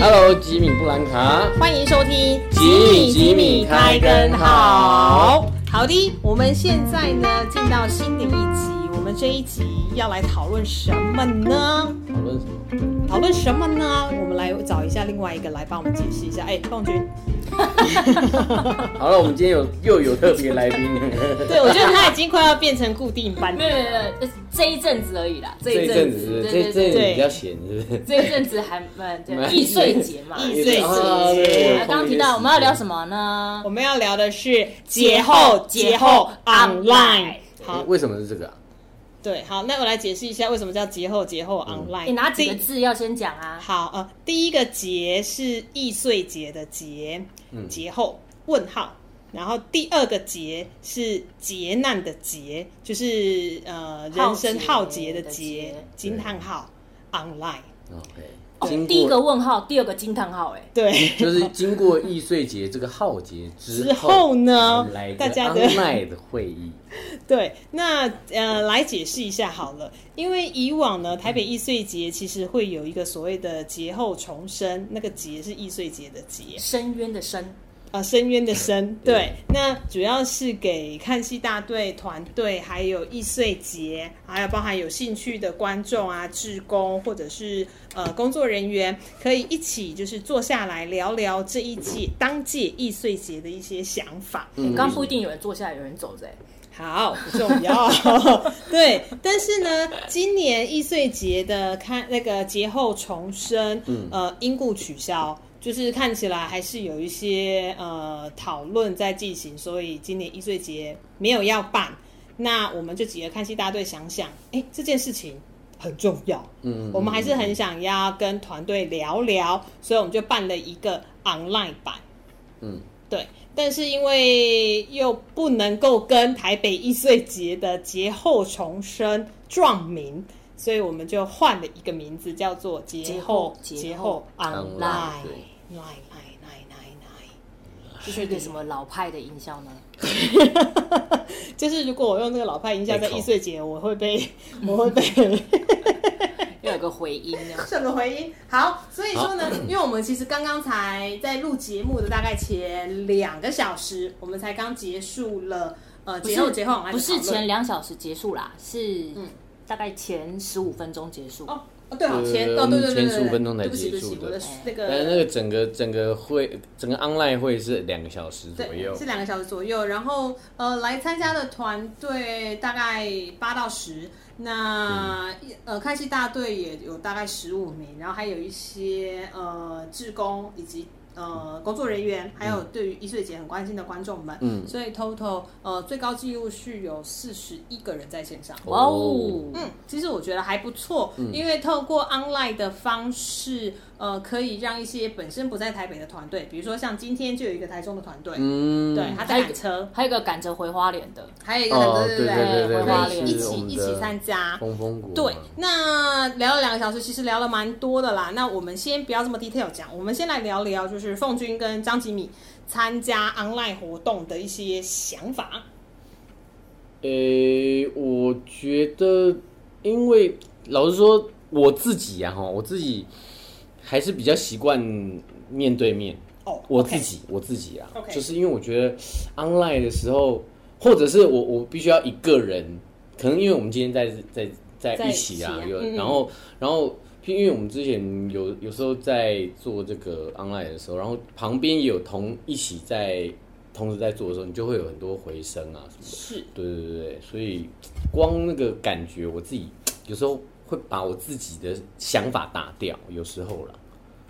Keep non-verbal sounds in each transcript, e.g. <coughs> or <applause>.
Hello，吉米布兰卡，欢迎收听吉米吉米开根号。好的，我们现在呢进到新的一集，我们这一集要来讨论什么呢？讨论什么？讨论什么呢？我们来找一下另外一个来帮我们解释一下。哎，凤君，好了，我们今天有又有特别来宾，对我觉 <laughs> 得他已经快要变成固定班底没有没有没有，就是这一阵子而已啦，这这一一阵阵子是子，不是对这这一对对，阵子比较闲，是不是？这一阵子还蛮对蛮易碎节嘛。易碎节啊对啊刚刚提到我们要聊什么呢我？们要聊的是节后节后 online。诶好，为什么是这个啊？对，好，那我来解释一下为什么叫节后节后 online。你哪几个第字要先讲啊？好，呃，第一个节是易碎节的节，嗯节后问号。然后第二个节是劫难的劫，就是呃人生浩劫的浩劫的劫劫，惊叹号 online。 ，OK，哦经过第一个问号，第二个惊叹号，哎，对，就是经过易碎节这个浩劫之之后呢来一个大家的 online 的会议，对，那呃，来解释一下好了，因为以往呢，台北易碎节其实会有一个所谓的劫后重生，那个劫是易碎节的劫，深渊的深，啊，深渊的深。对对，那主要是给看戏大队团队，还有易碎节，还有包含有兴趣的观众啊、志工或者是呃工作人员，可以一起就是坐下来聊聊这一届当届易碎节的一些想法。嗯刚不一定有人坐下，有人走着，哎好，不重要。 <laughs> 对，但是呢，今年易碎节的看那个节后重生，嗯呃，因故取消，就是看起来还是有一些呃讨论在进行，所以今年易碎节没有要办。那我们就几个看戏大队想想，哎，这件事情很重要，嗯我们还是很想要跟团队聊聊，所以我们就办了一个 online 版。嗯，对，但是因为又不能够跟台北易碎节的节后重生撞名，所以我们就换了一个名字，叫做节后节后节后 online online，对 online online 这是一个什么老派的营销呢？ <laughs> online online，就是如果我用这个老派音效在易碎节，我会 <laughs> 被我会被要有个回音呢。 <laughs> 什么回音？好，所以说呢，因为我们其实刚刚才在录节目的大概前两个小时，我们才刚结束了呃不节后是节后 online 的不是讨论嗯前两小时结束啦，是大概前十五分钟结束。哦，哦对好，对前对哦我对们对对前对， 15分钟才对不起结对不起束，的我的那嗯个但是那个整个整个会整个 online 会是两个小时左右对是，两个小时左右，然后呃来参加的团队大概八到十，那、呃看戏大队也有大概十五名，然后还有一些呃志工以及。呃，工作人员还有对于易碎节很关心的观众们，嗯所以 total 呃最高纪录是有四十一个人在线上，哇哦，嗯，其实我觉得还不错，嗯因为透过 online 的方式，呃，可以让一些本身不在台北的团队，比如说像今天就有一个台中的团队，嗯，对，他在赶车，还有一个赶着回花莲的，还有一个很多、哦，对对对对对，花可以莲一是我起们一的起参加。风风谷嘛，对，那聊了两个小时，其实聊了蛮多的啦。那我们先不要这么 detail 讲，我们先来聊聊，就是凤君跟张吉米参加 online 活动的一些想法。诶、我觉得，因为老实说，我自己啊，哈，我自己还是比较习惯面对面。哦我 OK 自己我自己啊 OK 就是因为我觉得 online 的时候，或者是我我必须要一个人，可能因为我们今天在在在在一起一啊起啊，有、嗯嗯然后然后。因为我们之前有有时候在做这个 online 的时候，然后旁边也有同一起在同时在做的时候，你就会有很多回声啊什么的。是对对对对，所以光那个感觉，我自己有时候会把我自己的想法打掉，有时候啦。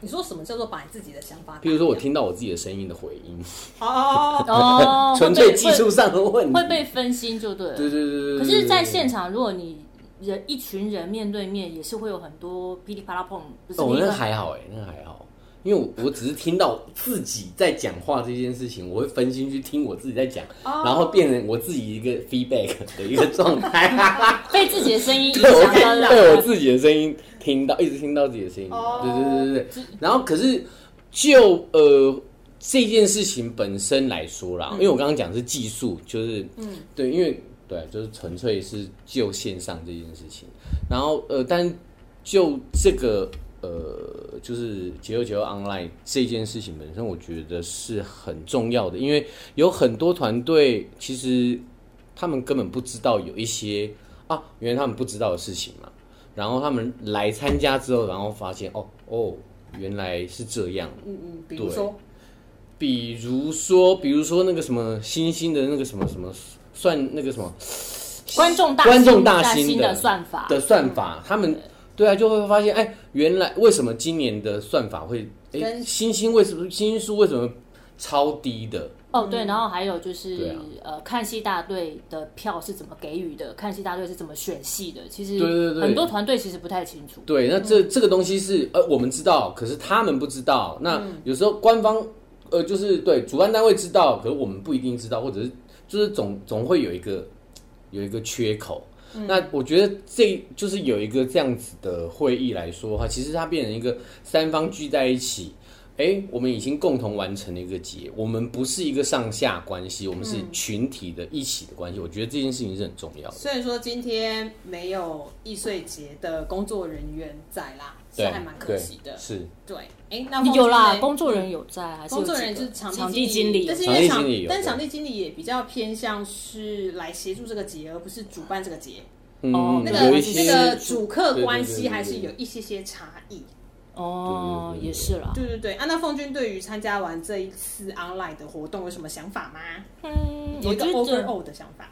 你说什么叫做把你自己的想法打掉？比如说，我听到我自己的声音的回音，哦哦哦哦哦，<laughs> <laughs> 哦纯粹技术上的问题。会被分心就对了。对对对对对。可是，在对现场，如果你人一群人面对面，也是会有很多噼里啪啦碰，不是哦，你那们还好哎、那还好，因为我我只是听到自己在讲话这件事情，我会分心去听我自己在讲，哦然后变成我自己一个 feedback 的一个状 <laughs> 态。被自己的声音影 <laughs> 对，我响被到被我自己的声音听到，一直听到自己的声音。哦对对对对对。然后可是就呃这件事情本身来说啦，因为我刚刚讲的是技术，就是嗯，对，因为对，就是纯粹是就线上这件事情。然后呃，但就这个呃，就是结合结合 online 这件事情本身，我觉得是很重要的，因为有很多团队其实他们根本不知道有一些啊，原来他们不知道的事情嘛。然后他们来参加之后，然后发现哦哦，原来是这样。嗯嗯，比对如说，比如说，比如说那个什么新兴的那个什么什么算那个什么观众大观众大大新的的算法，的算法，他们对啊就会发现，哎，原来为什么今年的算法会哎跟新兴为什么新兴数为什么超低的？哦，对，然后还有就是、对啊呃，看戏大队的票是怎么给予的，看戏大队是怎么选戏的，其实对对对很多团队其实不太清楚。对，那嗯这这个东西是呃我们知道，可是他们不知道。那嗯有时候官方呃就是对主办单位知道，可是我们不一定知道，或者是就是总总会有一个有一个缺口。嗯那我觉得这就是有一个这样子的会议来说的话，其实它变成一个三方聚在一起，哎，我们已经共同完成了一个结，我们不是一个上下关系，我们嗯是群体的、一起的关系。我觉得这件事情是很重要的。虽然说今天没有易碎节的工作人员在啦，是对，还蛮可惜的对。是。对，哎，那凤有啦，君呢工作人员有在，还是有工作人员几就个是场场地地经经理但是因场为地场经理，有但对场地经理也比较偏向是来协助这个节，而不是主办这个节。哦嗯，那对有个一其些实那个主对客对关对系对还对是有一些些差异。哦对，对对也是啦。对对对，啊，那凤君对于参加完这一次 online 的活动有什么想法吗？嗯，有我一个觉得 overall 的想法，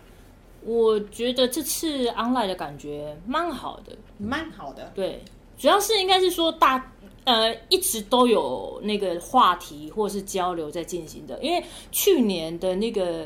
我觉得这次 online 的感觉蛮好的，蛮好的。对，主要是应该是说大呃一直都有那个话题或是交流在进行的，因为去年的那个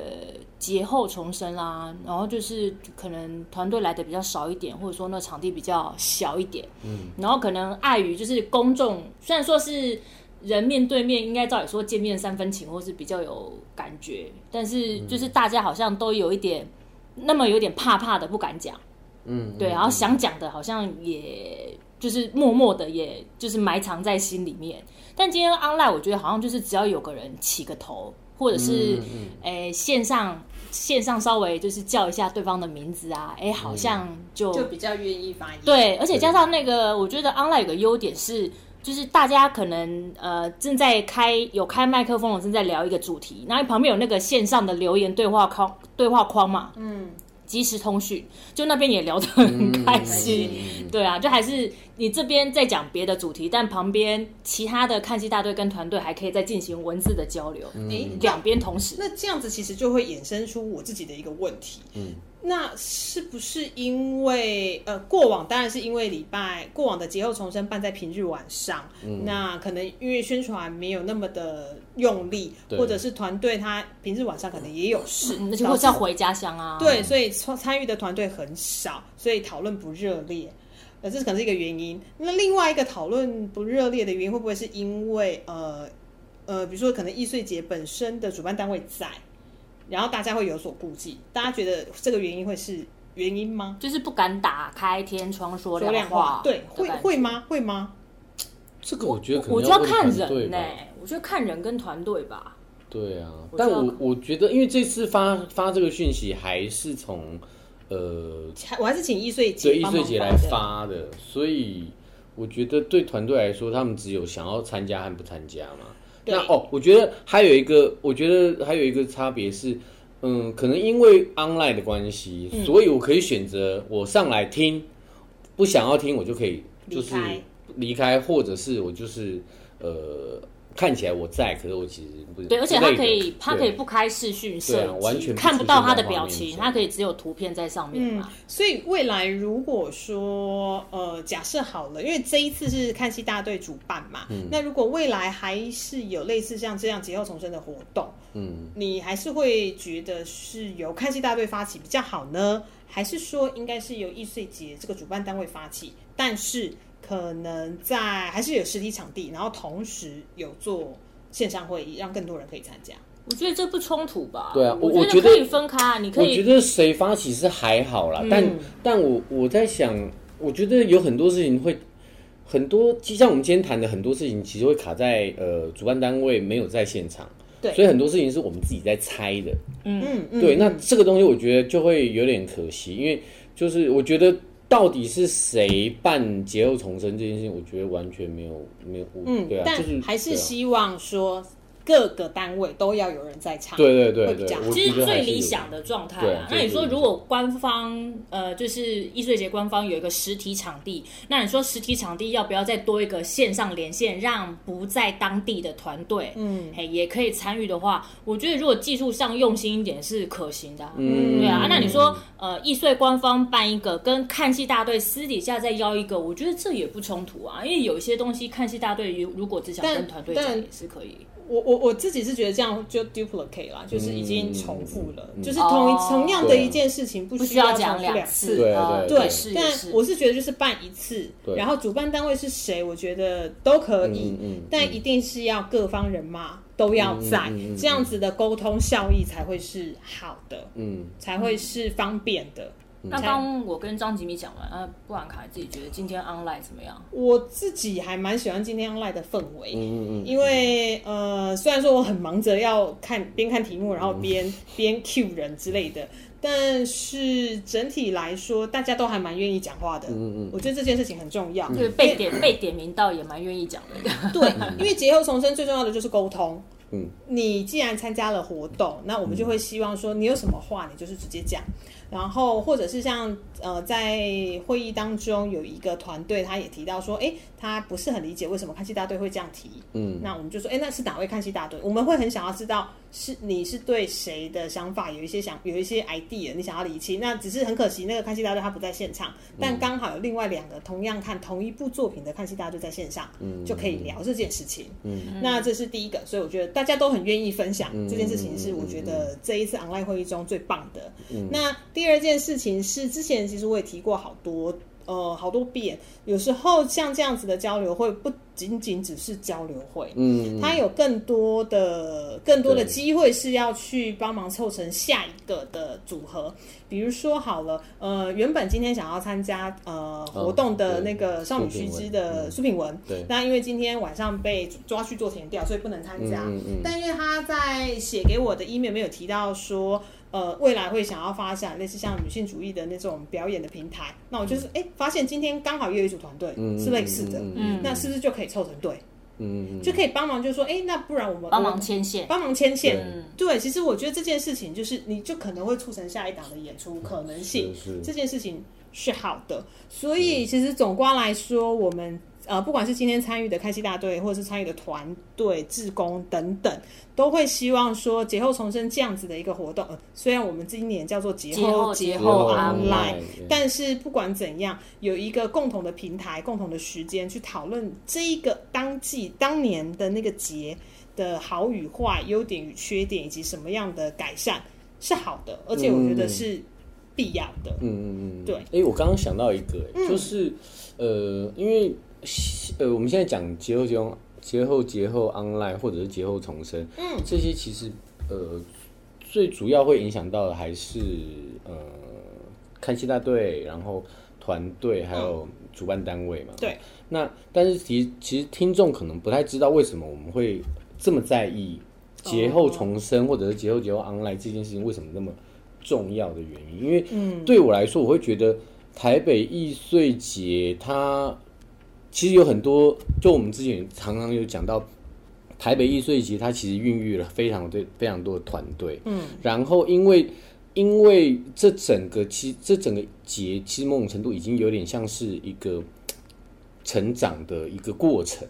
节后重生啦、然后就是可能团队来的比较少一点，或者说那场地比较小一点，嗯，然后可能碍于就是公众，虽然说是。人面对面应该照理说见面三分情，或是比较有感觉，但是嗯就是大家好像都有一点，那么有点怕怕的，不敢讲。嗯，对，嗯然后想讲的好像也就是默默的，也就是埋藏在心里面。但今天 online 我觉得好像就是只要有个人起个头，或者是嗯嗯诶、线上线上稍微就是叫一下对方的名字啊，诶、好像就就比较愿意发言。，对，而且加上那个，我觉得 online 有个优点是，就是大家可能呃正在开有开麦克风，正在聊一个主题，然后旁边有那个线上的留言对话框对话框嘛，嗯，即时通讯，就那边也聊得很开心。嗯对啊，就还是你这边在讲别的主题，但旁边其他的看戏大队跟团队还可以再进行文字的交流，诶，两边同时。那这样子其实就会衍生出我自己的一个问题，嗯，那是不是因为呃，过往当然是因为礼拜过往的节后重生办在平日晚上，嗯那可能因为宣传没有那么的用力，对或者是团队他平日晚上可能也有事，嗯那就会是要回家乡啊。对，所以参参与的团队很少，所以讨论不热烈。呃，这可能是一个原因。那另外一个讨论不热烈的原因，会不会是因为呃呃，比如说可能易碎节本身的主办单位在，然后大家会有所顾忌？大家觉得这个原因会是原因吗？就是不敢打开天窗说说亮亮话，对，的会感觉会吗？会吗？这个我觉得可能我就要问看团队人呢、吧我觉得看人跟团队吧。对啊，我就要但我我觉得，因为这次发发这个讯息还是从呃还我还是请易碎节对易帮忙碎节来 <laughs> 发的，所以我觉得对团队来说，他们只有想要参加和不参加嘛。对那哦，我觉得还有一个，我觉得还有一个差别是，嗯，可能因为 online 的关系，嗯所以我可以选择我上来听，不想要听我就可以就是离开离开，或者是我就是呃看起来我在，可是我其实不对，而且他可以，他他可以不开视讯设对啊计完全不看不出到现他在的画表面情，上他可以只有图片在上面嘛。所以未来如果说呃，假设好了，因为这一次是看戏大队主办嘛，那如果未来还是有类似像这样劫后重生的活动，嗯，你还是会觉得是由看戏大队发起比较好呢，还是说应该是由易碎节这个主办单位发起，但是可能在还是有实体场地，然后同时有做线上会议，让更多人可以参加。我觉得这不冲突吧？对啊我我我觉得可以分开啊，你可我以嗯觉得谁发起是还好啦，但但我我在想，我觉得有很多事情会。很多，就像我们今天谈的很多事情，其实会卡在呃主办单位没有在现场，对所以很多事情是我们自己在猜的。嗯，嗯对，那这个东西我觉得就会有点可惜，因为就是我觉得到底是谁办劫后重生这件事情，我觉得完全没有没有，嗯，对啊，但就是还是对啊希望说各个单位都要有人在场。对对会对比对较，好我其觉得实还最是有理想的状态对啊。这那你是说，最如果官方呃，就是易碎节官方有一个实体场地，那你说实体场地要不要再多一个线上连线，让不在当地的团队，嗯，嘿，也可以参与的话，我觉得如果技术上用心一点是可行的啊、嗯对啊，啊那你说，呃，易碎官方办一个，跟看戏大队私底下再邀一个，我觉得这也不冲突啊，因为有一些东西看戏大队如如果只想但跟团队讲但也是可以。我我我自己是觉得这样就 duplicate 啦，就是已经重复了，嗯就是同一、哦同样的一件事情，不不需需要重讲复两次。对啊，对也是也但是。我是觉得就是办一次，对然后主办单位是谁，我觉得都可以，嗯嗯嗯但一定是要各方人马都要在，嗯嗯嗯嗯这样子的沟通效益才会是好的，嗯，才会是方便的。那刚刚我跟张吉米讲完，啊，布兰卡自己觉得今天 online 怎么样？我自己还蛮喜欢今天 online 的氛围，嗯嗯嗯因为呃，虽然说我很忙着要看边看题目，然后嗯边边 Q 人之类的，但是整体来说，大家都还蛮愿意讲话的。嗯嗯嗯我觉得这件事情很重要，就是被点被点名到也蛮愿意讲的。对，因为劫后重生最重要的就是沟通。嗯，你既然参加了活动，那我们就会希望说你有什么话，你就是直接讲。然后或者是像呃，在会议当中有一个团队，他也提到说，诶，他不是很理解为什么看戏大队会这样提。嗯，那我们就说，诶，那是哪位看戏大队？我们会很想要知道是你是对谁的想法有一些想有一些 idea，你想要理清。那只是很可惜，那个看戏大队他不在现场，嗯但刚好有另外两个同样看同一部作品的看戏大队在线上，就可以聊这件事情。嗯那这是第一个，所以我觉得大家都很愿意分享、嗯这件事情，是我觉得这一次 online 会议中最棒的。嗯那第二件事情是，之前其实我也提过好多。呃，好多遍，有时候像这样子的交流会，不仅仅只是交流会，嗯，它有更多的更多的对机会是要去帮忙凑成下一个的组合。比如说好了，呃，原本今天想要参加呃活动的哦对那个少女须知的苏品文，对，那因为今天晚上被抓去做填调，所以不能参加。嗯嗯嗯但因为他在写给我的 email 没有提到说，呃，未来会想要发展类似像女性主义的那种表演的平台，那我就是哎、诶发现今天刚好也有一组团队嗯是类似的，嗯嗯那是不是就可以凑成队，嗯嗯就可以帮忙，就说哎、诶那不然我们帮忙牵线。 <laughs> 帮忙牵线。嗯，对，其实我觉得这件事情就是，你就可能会促成下一档的演出可能性。是这件事情是好的。所以其实总观来说，我们呃不管是今天参与的开戏大队，或者是参与的团队、志工等等，都会希望说劫后重生这样子的一个活动。呃、虽然我们今年叫做劫劫后劫劫后后 online online。但是不管怎样，有一个共同的平台、共同的时间去讨论这一个当季、当年的那个节的好与坏、优点与缺点，以及什么样的改善是好的，而且我觉得是必要的。嗯嗯嗯，对哎、我刚刚想到一个、诶就是呃，因为呃，我们现在讲节后节后节后节后 online 或者是节后重生，嗯，这些其实呃，最主要会影响到的还是呃，看戏大队，然后团队还有主办单位嘛。对。那但是其实其实听众可能不太知道为什么我们会这么在意节后重生、或者是节后节后 online 这件事情为什么那么重要的原因，因为对我来说，我会觉得台北易碎节它其实有很多，就我们之前常常有讲到。台北易碎节，它其实孕育了非常多、非常多的团队。嗯，然后因为因为这整个其这整个节，其实某种程度已经有点像是一个成长的一个过程。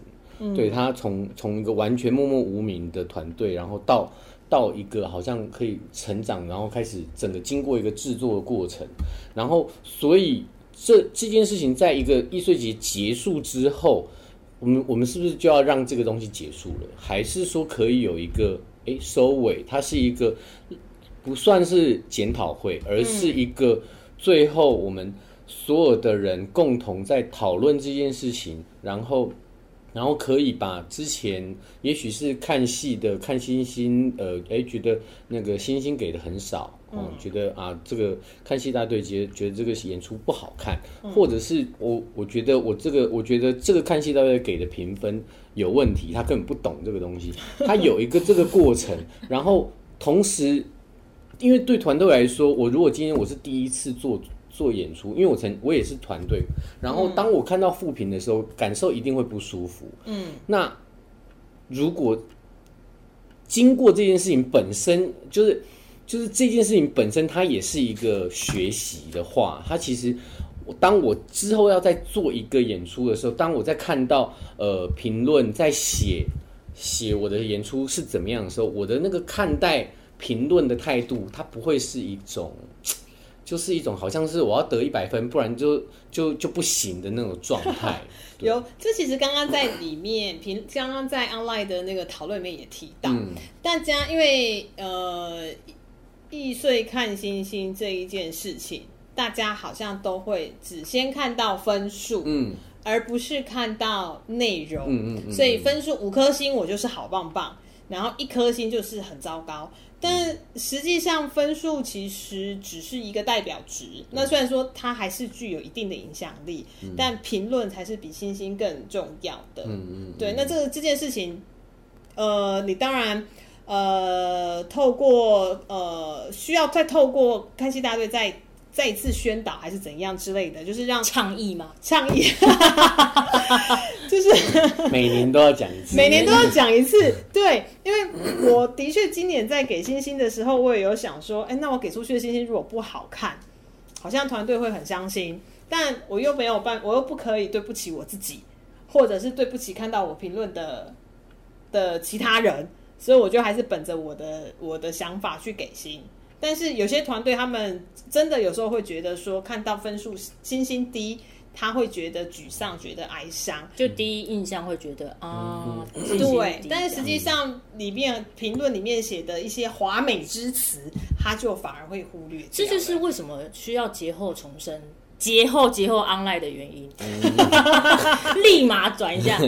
对他从从一个完全默默无名的团队，然后到到一个好像可以成长，然后开始整个经过一个制作的过程，然后所以这这件事情在一个易碎节结束之后，我们我们是不是就要让这个东西结束了？还是说可以有一个诶收尾？它是一个不算是检讨会，而是一个最后我们所有的人共同在讨论这件事情，然后。然后可以把之前也许是看戏的看星星，呃，哎，觉得那个星星给的很少，哦、觉得啊，这个看戏大队觉得觉得这个演出不好看，或者是我我觉得我这个我觉得这个看戏大队给的评分有问题，他根本不懂这个东西，他有一个这个过程，然后同时因为对团队来说，我如果今天我是第一次做做演出，因为我曾我也是团队，然后当我看到负评的时候，感受一定会不舒服。嗯，那如果经过这件事情本身，就是就是这件事情本身，它也是一个学习的话，它其实我当我之后要再做一个演出的时候，当我在看到呃评论在写写我的演出是怎么样的时候，我的那个看待评论的态度，它不会是一种。就是一种好像是我要得一百分，不然就就就不行的那种状态。对有，这其实刚刚在里面平，刚刚在 online 的那个讨论里面也提到，嗯大家因为呃易碎看星星这一件事情，大家好像都会只先看到分数，嗯而不是看到内容。嗯嗯嗯，所以分数五颗星我就是好棒棒，然后一颗星就是很糟糕。但实际上分数其实只是一个代表值，嗯那虽然说它还是具有一定的影响力，但评论才是比星星更重要的。嗯嗯，嗯对，那这个这件事情，呃，你当然。呃，透过呃，需要再透过看戏大队再再一次宣导，还是怎样之类的，就是让倡议嘛，倡议， <laughs> 就是嗯每年都要讲一次，每年都要讲一次， <laughs> 对，因为我的确今年在给星星的时候，我也有想说，哎、那我给出去的星星如果不好看，好像团队会很伤心，但我又没有办，我又不可以对不起我自己，或者是对不起看到我评论的的其他人，所以我就还是本着我的我的想法去给星。但是有些团队他们真的有时候会觉得说，看到分数星星低，他会觉得沮丧，觉得哀伤。就第一印象会觉得嗯啊，信心对低，但是实这样际上里面评论里面写的一些华美之词，他就反而会忽略掉了。这就是为什么需要节后重生。节后节后 online 的原因， <laughs> 立马转一下。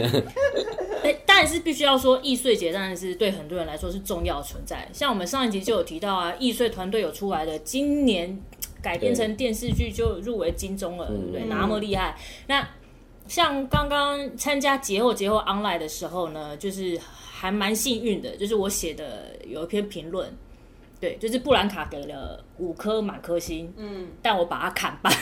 哎当然是必须要说，易碎节当然是对很多人来说是重要的存在。像我们上一集就有提到啊，易碎团队有出来的，今年改编成电视剧就入围金钟了，对不对？嗯那么厉害。那像刚刚参加节后节后 online 的时候呢，就是还蛮幸运的，就是我写的有一篇评论，对，就是布兰卡给了五颗满颗星，嗯，但我把它砍半。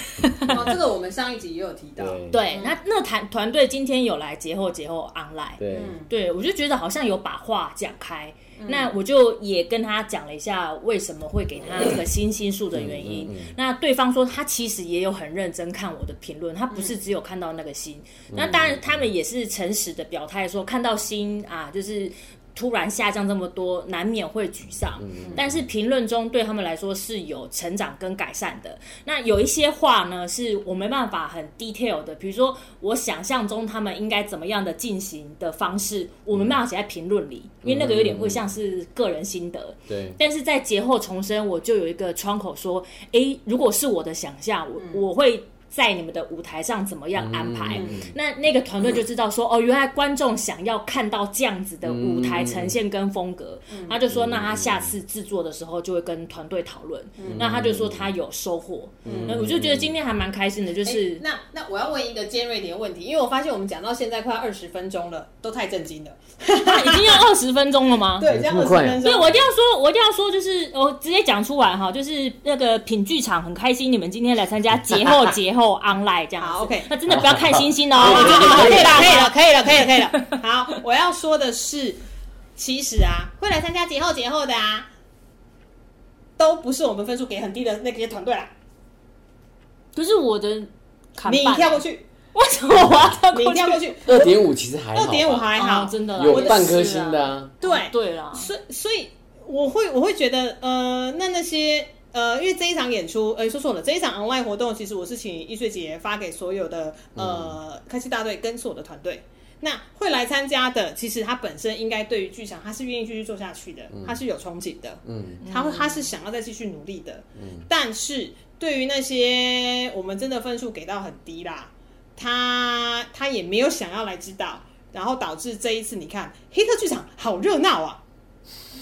哦，这个我们上一集也有提到，对 <laughs> 对，那那团团队今天有来节后节后 online，对嗯对我就觉得好像有把话讲开。那我就也跟他讲了一下为什么会给他这个星星数的原因。那对方说他其实也有很认真看我的评论，他不是只有看到那个星。那当然，他们也是诚实的表态说，看到星啊，就是突然下降这么多，难免会沮丧。但是评论中对他们来说是有成长跟改善的。那有一些话呢，是我没办法很 detail 的，比如说我想象中他们应该怎么样的进行的方式，我们没办法写在评论里，因为那个有点会像是个人心得。对，但是在劫后重生，我就有一个窗口说，诶，如果是我的想象，我、嗯我会在你们的舞台上怎么样安排？嗯那那个团队就知道说，嗯哦，原来观众想要看到这样子的舞台呈现跟风格，嗯他就说，那他下次制作的时候就会跟团队讨论。嗯那他就说他有收获，那我就觉得今天还蛮开心的，就是诶哎那那我要问一个尖锐点的问题，因为我发现我们讲到现在快二十分钟了，都太震惊了。他已经要二十分钟了吗？ <laughs> 对，这这样么二十快啊分钟，对，我一定要说，我一定要说，就是我直接讲出来哈，就是那个品剧场很开心，你们今天来参加 <laughs> 节后节后 online 这样子。好，OK 那真的不要看星星哦，好我觉得好可以了，大可以了，方。可以了，可以了，可以了。好，我要说的是，其实啊，会来参加节后节后的啊，都不是我们分数给很低的那些团队啦。 <laughs> 可是我的砍你半，跳过去，为什么我要跳你过跳过去？去， <laughs> 二点五其实还好二吧，点五还好，啊真的啦有我的半是颗啊星的啊，对，对啦，所以所以我会我会觉得，呃，那那些呃，因为这一场演出，呃，说错了，这一场 online 活动，其实我是请易碎姐发给所有的呃开戏大队跟所有的团队。那会来参加的，其实他本身应该对于剧场，他是愿意继续做下去的，他是有憧憬的，嗯，他会他是想要再继续努力的。但是对于那些我们真的分数给到很低啦，他他也没有想要来知道，然后导致这一次你看黑客剧场好热闹啊，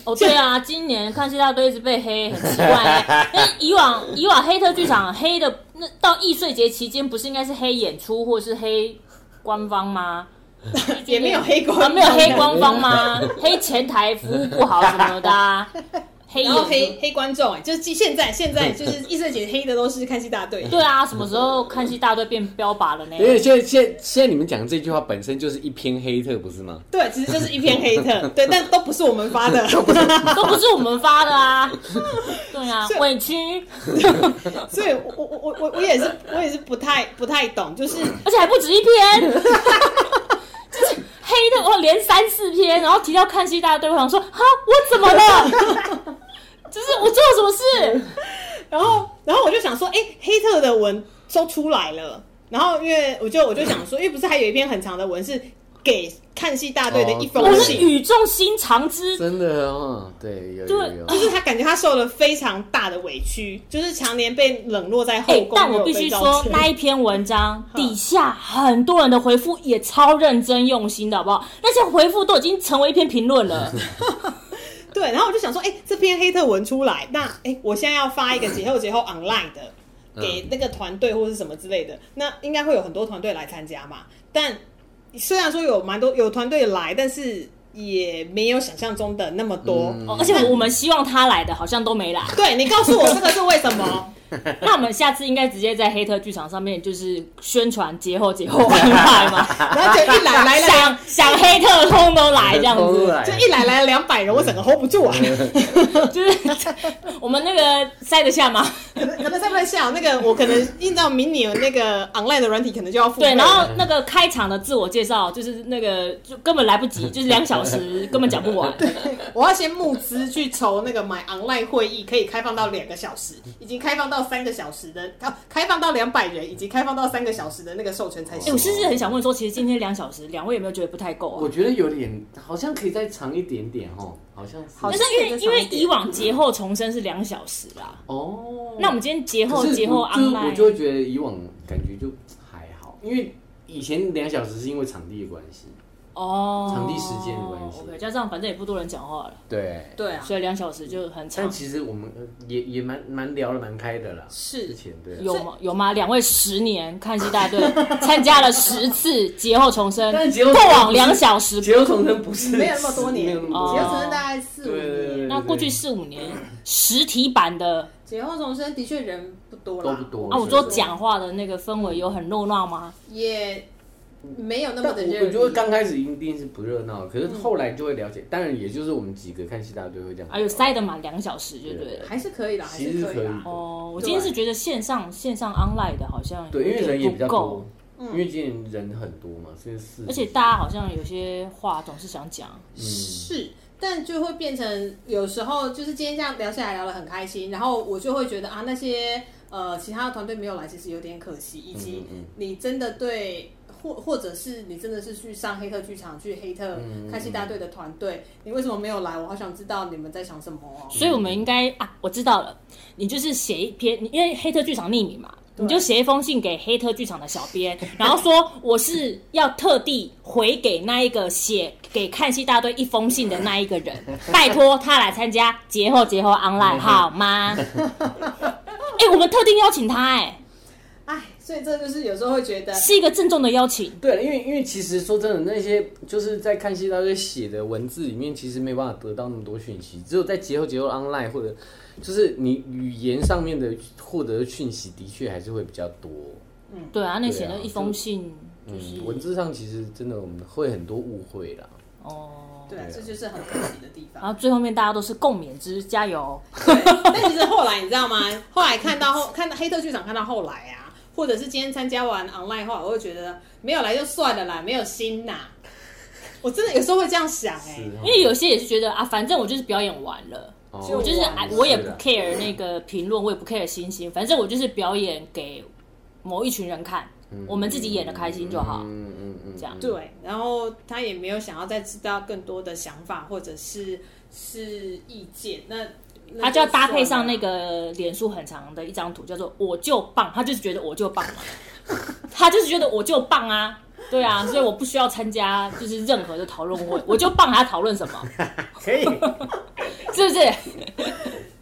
哦，对 <laughs> 啊，今年看戏大队一直被黑，很奇怪、欸。因为以往以往黑特剧场黑的，那到易碎节期间不是应该是黑演出或是黑官方吗？ <laughs> 也没有黑啊，光，没有黑官方吗？黑前台服务不好什么的、啊，黑 <laughs> 然后眼黑黑观众哎、就是现在现 <laughs> 在就是易碎节黑的都是看戏大队，对啊，什么时候看戏大队变标 <laughs> 靶了呢？因为现在现在现在你们讲这句话本身就是一篇黑特，不是吗？对，其实就是一片黑特，对，但都不是我们发的， <laughs> 都不是我们发的 <laughs> 啊。对啊是，委屈， <laughs> 所以我我我我我也是我也是不太不太懂，就是而且还不止一篇， <laughs> 就是黑的哦，连三四篇，然后提到看戏大队，我想说，哈，我怎么了？ <laughs> 就是我做了什么事？然后然后我就想说，哎、黑特的文都出来了，然后因为我就我就想说，因为不是还有一篇很长的文是给看戏大队的一哦封我是信，语重心长之，真的哦，对，有有对有，就是他感觉他受了非常大的委屈，就是常年被冷落在哎、后宫。但没我有必被须照说见，那一篇 <laughs> 文章哼底下很多人的回复也超认真用心的，好不好？那些回复都已经成为一篇评 <laughs> 论了。对，然后我就想说，哎、这篇黑特文出来，那哎、我现在要发一个节后节后 online 的给那个团队或是什么之类的，那应该会有很多团队来参加嘛。但虽然说有蛮多有团队来，但是也没有想象中的那么多。哦而且我们希望他来的，好像都没来。对你告诉我这个是为什么？那我们下次应该直接在黑特剧场上面就是宣传节后节后安排嘛，然后就一来来来，想想黑特通都来这样偷出子，来就一来来两百人，我整个 hold 不住啊！就是 <laughs> 我们那个塞得下吗？可 <laughs> 能可能在不在下那个，我可能印到明年那个 online 的软体，可能就要付费了。对，然后那个开场的自我介绍就是那个就根本来 <laughs> 不及，就是两小时根本讲不完。 <laughs> 我要先募资去筹那个买 online 会议，可以开放到两个小时，已经开放到三个小时的，啊，开放到两百人，已经开放到三个小时的那个授权才哎、行我。甚至很想问说，其实今天两小时，两位有没有觉得不太够我啊？觉得有点，好像可以再长一点点哦，好像是好但是因为我觉得因为少一点以往节后重生是两小时啦，哦。那我们今天节后可是节后我就是我就 online，会觉得以往感觉就还好，因为以前两小时是因为场地的关系，哦，场地时间的关系 OK，加上反正也不多人讲话了，对。对啊，所以两小时就很长但。其实我们呃也也蛮蛮聊的蛮开的啦，之是前对啊。有吗？有吗？两位十年看戏大队 <laughs> 参加了十次劫后重生，但劫后重过生往两小时，节后重生不是没有那么多年，结没有那么后多哦年重生大概四五对对对年，对那过去四五年实体版的结后重生的确人不多都啦，不多啊，我说讲话的那个氛围有很热闹吗？也没有那但么我的我热觉得烈。刚开始一定是不热闹，可是嗯后来就会了解。当然，也就是我们几个看戏大队会这样。啊，有塞的嘛，两小时就对了。还是可以啦，还其实是是可以可以啦。的哦，我今天是觉得线上线上 online 的好像对，因为有人点也比较不够嗯多，，嗯因为今年人很多嘛，所以是而且大家好像有些话总是想讲。嗯是，但就会变成有时候就是今天这样聊下来聊得很开心，然后我就会觉得啊，那些呃其他的团队没有来，其实有点可惜，以及嗯你真的对。或或者是你真的是去上黑特剧场去黑特开戏大队的团队，你为什么没有来？我好想知道你们在想什么哦。所以我们应该啊，我知道了，你就是写一篇，你因为黑特剧场匿名嘛，你就写一封信给黑特剧场的小编，然后说我是要特地回给那一个写给看戏大队一封信的那一个人，拜托他来参加节后节后 online 好吗？哎、我们特定邀请他、哎，所以这就是有时候会觉得哎，是一个郑重的邀请。对，因为因为其实说真的，那些就是在看戏大队写的文字里面，其实没办法得到那么多讯息，只有在结合结合 online 或者就是你语言上面的获得的讯息，的确还是会比较多。对啊，那对啊写了一封信，就是、嗯，文字上其实真的我们会很多误会啦。哦，对啊，这就是很可惜的地方然。后最后面大家都是共勉之，加油。嗯但其实后来你知道吗？后来看到后看到黑特剧场看到后来啊，或者是今天参加完 online 后，我会觉得没有来就算了啦，没有心呐。我真的有时候会这样想哎、是因为有些也是觉哦得啊，反正我就是表演完了，哦所以我就是哎，是我也不啊 care 那个评论，我也不 care 星星，反正我就是表演给某一群人看，我们自己演的开心就好。嗯嗯嗯，这样对，然后他也没有想要再知道更多的想法或者是是意见，那那他就要搭配算上了那个脸书很长的一张图，叫做“我就棒”，他就是觉得我就棒嘛， <laughs> 他就是觉得我就棒啊，对啊，所以我不需要参加就是任何的 <laughs> 讨论会，我就棒，还要讨论什么？可以。是不是？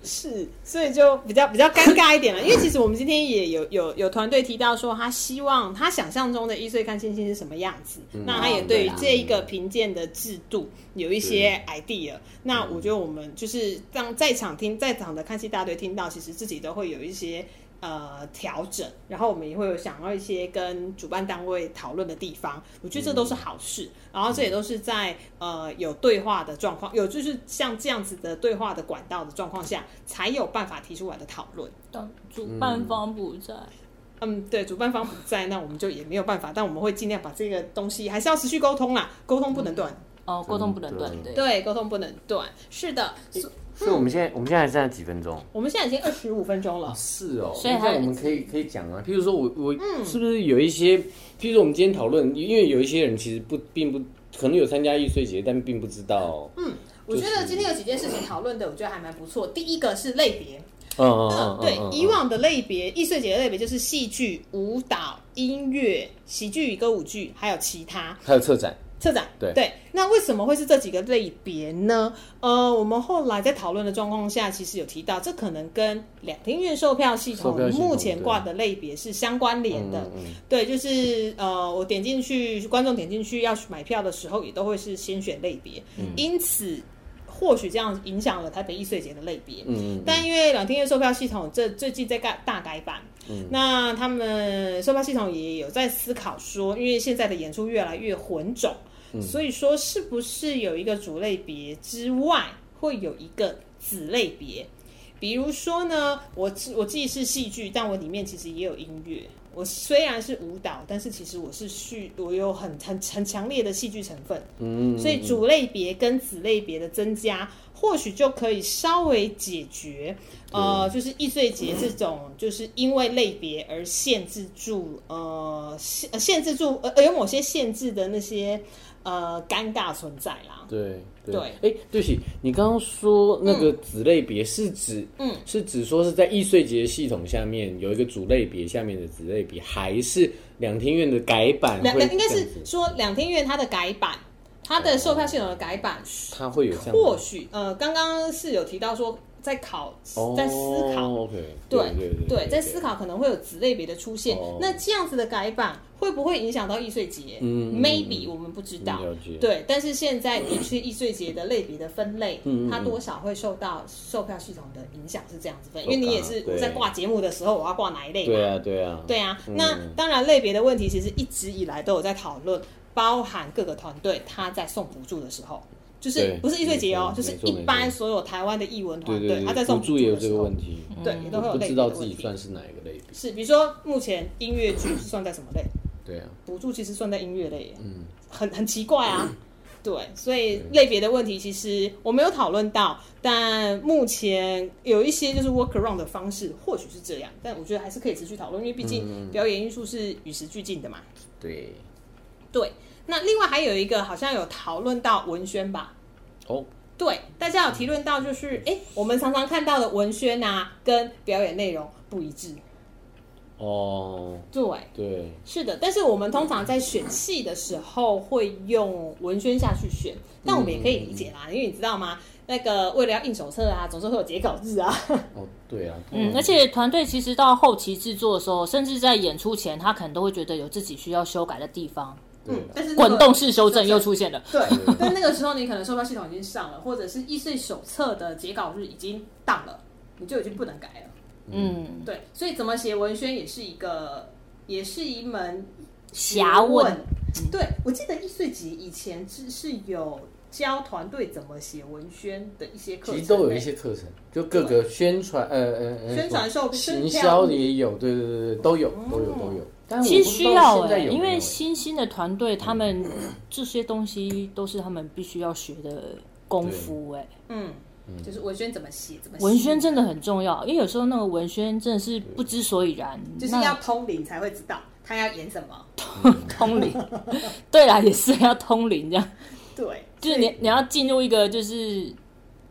是，所以就比较比较尴尬一点 <laughs> 了。因为其实我们今天也有有有团队提到说，他希望他想象中的一岁看星星是什么样子。嗯那他哦也啊对于这一个评鉴的制度有一些 idea。那我觉得我们就是让在场听在场的看戏大队听到，其实自己都会有一些。呃，调整，然后我们也会有想要一些跟主办单位讨论的地方，我觉得这都是好事。然后这也都是在呃有对话的状况，有就是像这样子的对话的管道的状况下，才有办法提出来的讨论。当主办方不在，嗯，对，主办方不在，那我们就也没有办法，但我们会尽量把这个东西还是要持续沟通啦，沟通不能断，哦，沟通不嗯能断，对，对，沟通不能断，是的。所所以我们现在我们现在还剩下几分钟？我们现在已经二十五分钟了，是哦，所以还那我有们可以可以讲啊，譬如说我我嗯是不是有一些，譬如说我们今天讨论，因为有一些人其实不并不可能有参加易碎节，但并不知道，嗯我觉得今天有几件事情讨论的，我觉得还蛮不错。第一个是类别，嗯嗯嗯，对嗯，以往的类别，易碎节的类别就是戏剧、舞蹈、音乐、喜剧与歌舞剧，还有其他。还有策展，策展对那为什么会是这几个类别呢？呃，我们后来在讨论的状况下，其实有提到，这可能跟两厅院售票系售统票系统嗯目前挂的类别是相关联的。对，就是呃，我点进去，观众点进去要去买票的时候，也都会是先选类别，因此或许这样影响了台北易碎节的类别。嗯但因为两厅院售票系统这最近在改大改版，嗯那他们售票系统也有在思考说，因为现在的演出越来越混种，嗯所以说是不是有一个主类别之外，会有一个子类别？比如说呢，我自我既是戏剧，但我里面其实也有音乐。我虽然是舞蹈，但是其实我是剧，我有很很很强烈的戏剧成分。嗯，所以主类别跟子类别的增加，或许就可以稍微解决，呃，就是易碎节这种，就是因为类别而限制住，呃，限呃限制住，呃，呃有某些限制的那些，呃，尴尬存在啦。对对哎、对不起，你刚刚说那个子类别是指，嗯，是指说是在易碎节系统下面有一个主类别下面的子类别，还是两厅院的改版两会两应该这样是子说两天院它的改版，它的售票系统的改版，它会哦有这样或许呃，刚刚是有提到说在考，在思考。哦、，OK，对对对在思，考可能会有子类别的出现。哦那这样子的改版会不会影响到易碎节？嗯嗯 m a y b 嗯 e 我们不知嗯道。了解对，但是现在的确易碎节的类别的分类，嗯嗯嗯它多少会受到售票系统的影响，是这样子分。因懂为你啊也是对我在挂节目的时候，我要挂哪一类嘛？对啊对啊，对啊，那当然类别的问题其实一直以来都有在讨论，包含各个团队他在送补助的时候，就是对不是易碎节哦，没就错是没错一没般错所有台湾的艺文对团对队他在对，送补补助助也有的这时个候问，题，对，也都会有我不类知别道的自问己题。算是哪一个类别，是，比如说目前音乐剧是算在什么类？对啊，补助其实算在音乐类耶，嗯，很很奇怪啊。对，所以类别的问题其实我没有讨论到，但目前有一些就是 work around 的方式，或许是这样，但我觉得还是可以持续讨论，因为毕竟表演艺术是与时俱进的嘛。对，对，那另外还有一个好像有讨论到文宣吧，哦，对，大家有提论到就是，哎、我们常常看到的文宣啊，跟表演内容不一致。哦，对，对，是的，但是我们通常在选戏的时候会用文宣下去选，但我们也可以理解嗯啦，因为你知道吗？那个为了要印手册啊，总是会有截稿日啊。哦，对啊，嗯，而且团队其实到后期制作的时候，甚至在演出前，他可能都会觉得有自己需要修改的地方，对啊，嗯但是那个滚动式修正又出现了。对，但那个时候你可能售票系统已经上了，或者是易碎手册的截稿日已经档了，你就已经不能改了。嗯，对，所以怎么写文宣也是一个，也是一门侠问嗯学。对，我记得易碎节以前是是有教团队怎么写文宣的一些课程其欸，实都有一些课程，就各个宣传，呃呃呃，宣嗯传售行销也有，对对对对，都有都有都有。但其实需要哎、哎，欸因为新兴的团队，他们嗯这些东西都是他们必须要学的功夫哎、嗯，就是文宣怎么写，怎么写文宣真的很重要，因为有时候那个文宣真的是不知所以然，就是那要通灵才会知道他要演什么。<laughs> 通灵。对啦，也是要通灵这样，对， <laughs> 就是你你要进入一个就是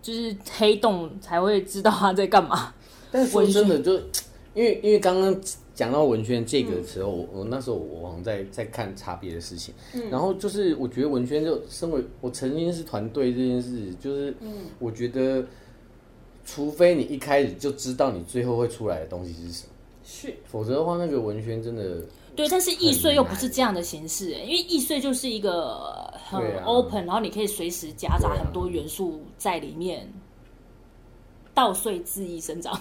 就是黑洞才会知道他在干嘛。但是说真的就，因为因为刚刚讲到文宣这个时候，我我那时候我好像在在看差别的事情，然后就是我觉得文宣就身为我曾经是团队这件事，就是我觉得。除非你一开始就知道你最后会出来的东西是什么，是否则的话，那个文宣真的对，但是易碎又不是这样的形式、欸因为易碎就是一个很对啊 open，、然后你可以随时夹杂对啊很多元素在里面，稻穗恣意生长。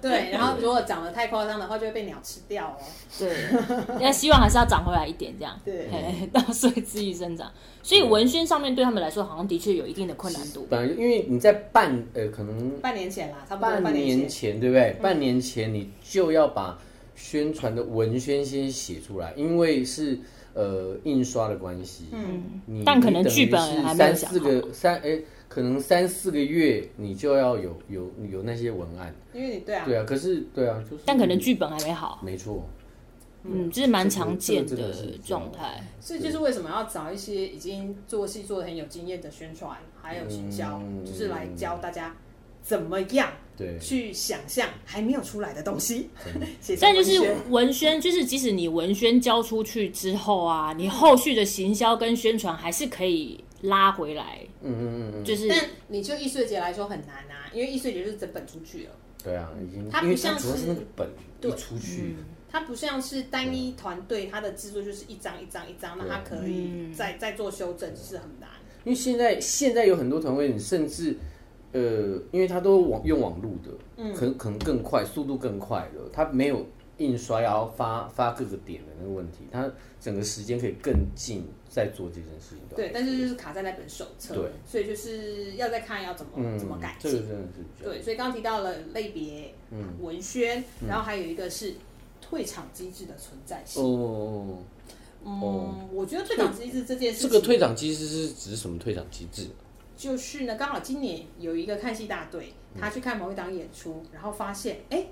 对，然后如果长得太夸张的话，就会被鸟吃掉哦。对， <laughs> 那希望还是要长回来一点，这样。对嘿， <laughs> 稻穗恣意生长，所以啊文宣上面对他们来说，好像的确有一定的困难度。本来就因为你在半呃可能半年前嗯啦，差不多半半年年。前，对不对？半年前你就要把宣传的文宣先写出来，因为是呃印刷的关系，嗯你但可能你等于剧本是还没有三想四个三哎，可能三四个月你就要有有有那些文案，因为你对啊，对啊，可是对啊，就是但可能剧本还没好，没错，嗯，这是蛮常见这个这个真的的是状态。所以就是为什么要找一些已经做戏做的很有经验的宣传，还有行销，嗯就是来教大家怎么样对，去想象还没有出来的东西。 <laughs> 写成但就文是宣文宣，就是即使你文宣交出去之后啊，你后续的行销跟宣传还是可以拉回来，嗯嗯嗯嗯，就是但你就易碎节来说很难啊，因为易碎节就是整本出去了，对啊，已经它不因为像它主要是是那个本对嗯一出去，它不像是单一团队，它的制作就是一张一张一张，那它可以嗯再再做修正，是很难。因为现在现在有很多团队，你甚至呃，因为它都网用网路的，嗯，可能可能更快，速度更快了，它没有印刷要发发各个点的那个问题，它整个时间可以更近在做这件事情。对，但是就是卡在那本手册，对，所以就是要再看要怎么、嗯，哦怎么改这个嗯进。真的是比较对，所以刚刚提到了类别、文宣，然后还有一个是退场机制的存在性。哦，嗯，哦我觉得退场机制这件事这情，个退场机制是指什么退场机制？就是呢，刚好今年有一个看戏大队，他去看某一档演出，然后发现，哎、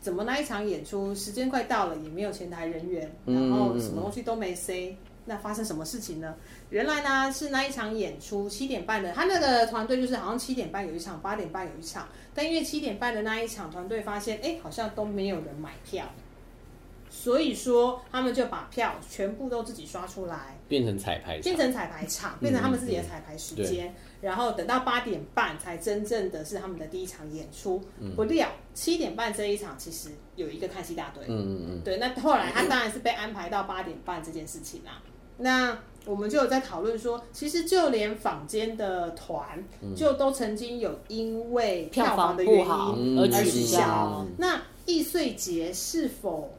怎么那一场演出时间快到了，也没有前台人员，然后什么东西都没塞。那发生什么事情呢？原来呢是那一场演出七点半的，他那个团队就是好像七点半有一场，八点半有一场，但因为七点半的那一场团队发现，哎、好像都没有人买票，所以说他们就把票全部都自己刷出来，变成彩排场嗯变成彩排场，变成他们自己的彩排时间，然后等到八点半才真正的是他们的第一场演出。嗯不料七点半这一场其实有一个看戏大队，嗯嗯嗯，对，那后来他当然是被安排到八点半这件事情啦。那我们就有在讨论说，其实就连坊间的团，嗯就都曾经有因为票房房的原不因好嗯而而取取消消。那易碎节是否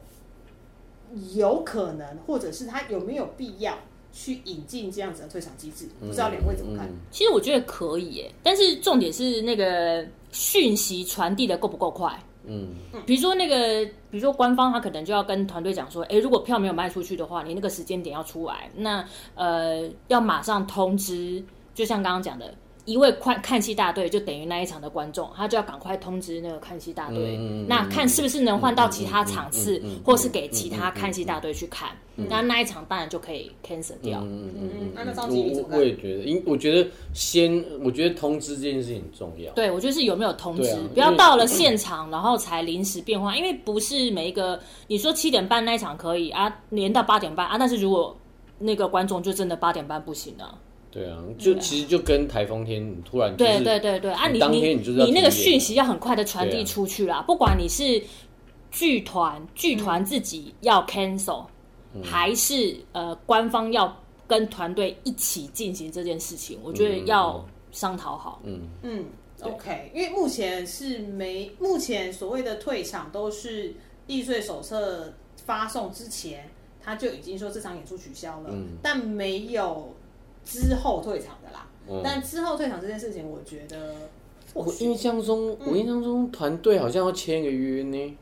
有可能，或者是它有没有必要去引进这样子的退场机制？不知道两位怎么看？嗯其实我觉得可以耶，但是重点是那个讯息传递的够不够快。嗯，比如说那个，比如说官方他可能就要跟团队讲说，诶，如果票没有卖出去的话，你那个时间点要出来，那呃要马上通知，就像刚刚讲的。一位看看戏大队就等于那一场的观众，他就要赶快通知那个看戏大队，嗯嗯嗯那看是不是能换到其他场次，嗯嗯嗯嗯嗯或是给其他看戏大队去看，那那一场当然就可以 cancel 掉。嗯嗯嗯那那张经理怎么我我看我也觉得，因我觉得先，我觉得通知这件事情很重要。对，我觉得是有没有通知，对啊不要到了现场然后才临时变化，因为不是每一个你说七点半那一场可以啊，连到八点半啊，但是如果那个观众就真的八点半不行了、对啊，就其实就跟台风天你突然就是对对对对啊，你你当天你就是要你那个停业讯息要很快的传对递啊出去啦，不管你是剧团剧嗯团自己要 cancel，、还是呃官方要跟团队一起进行这件事情，我觉得嗯嗯要商讨好。嗯，嗯，OK，因为目前是没，目前所谓的退场都是易碎手册发送之前，他就已经说这场演出取消了，嗯但没有之后退场的啦。但之后退场这件事情，我觉得或嗯我许印象中，嗯我印象中团队好像要签个约呢。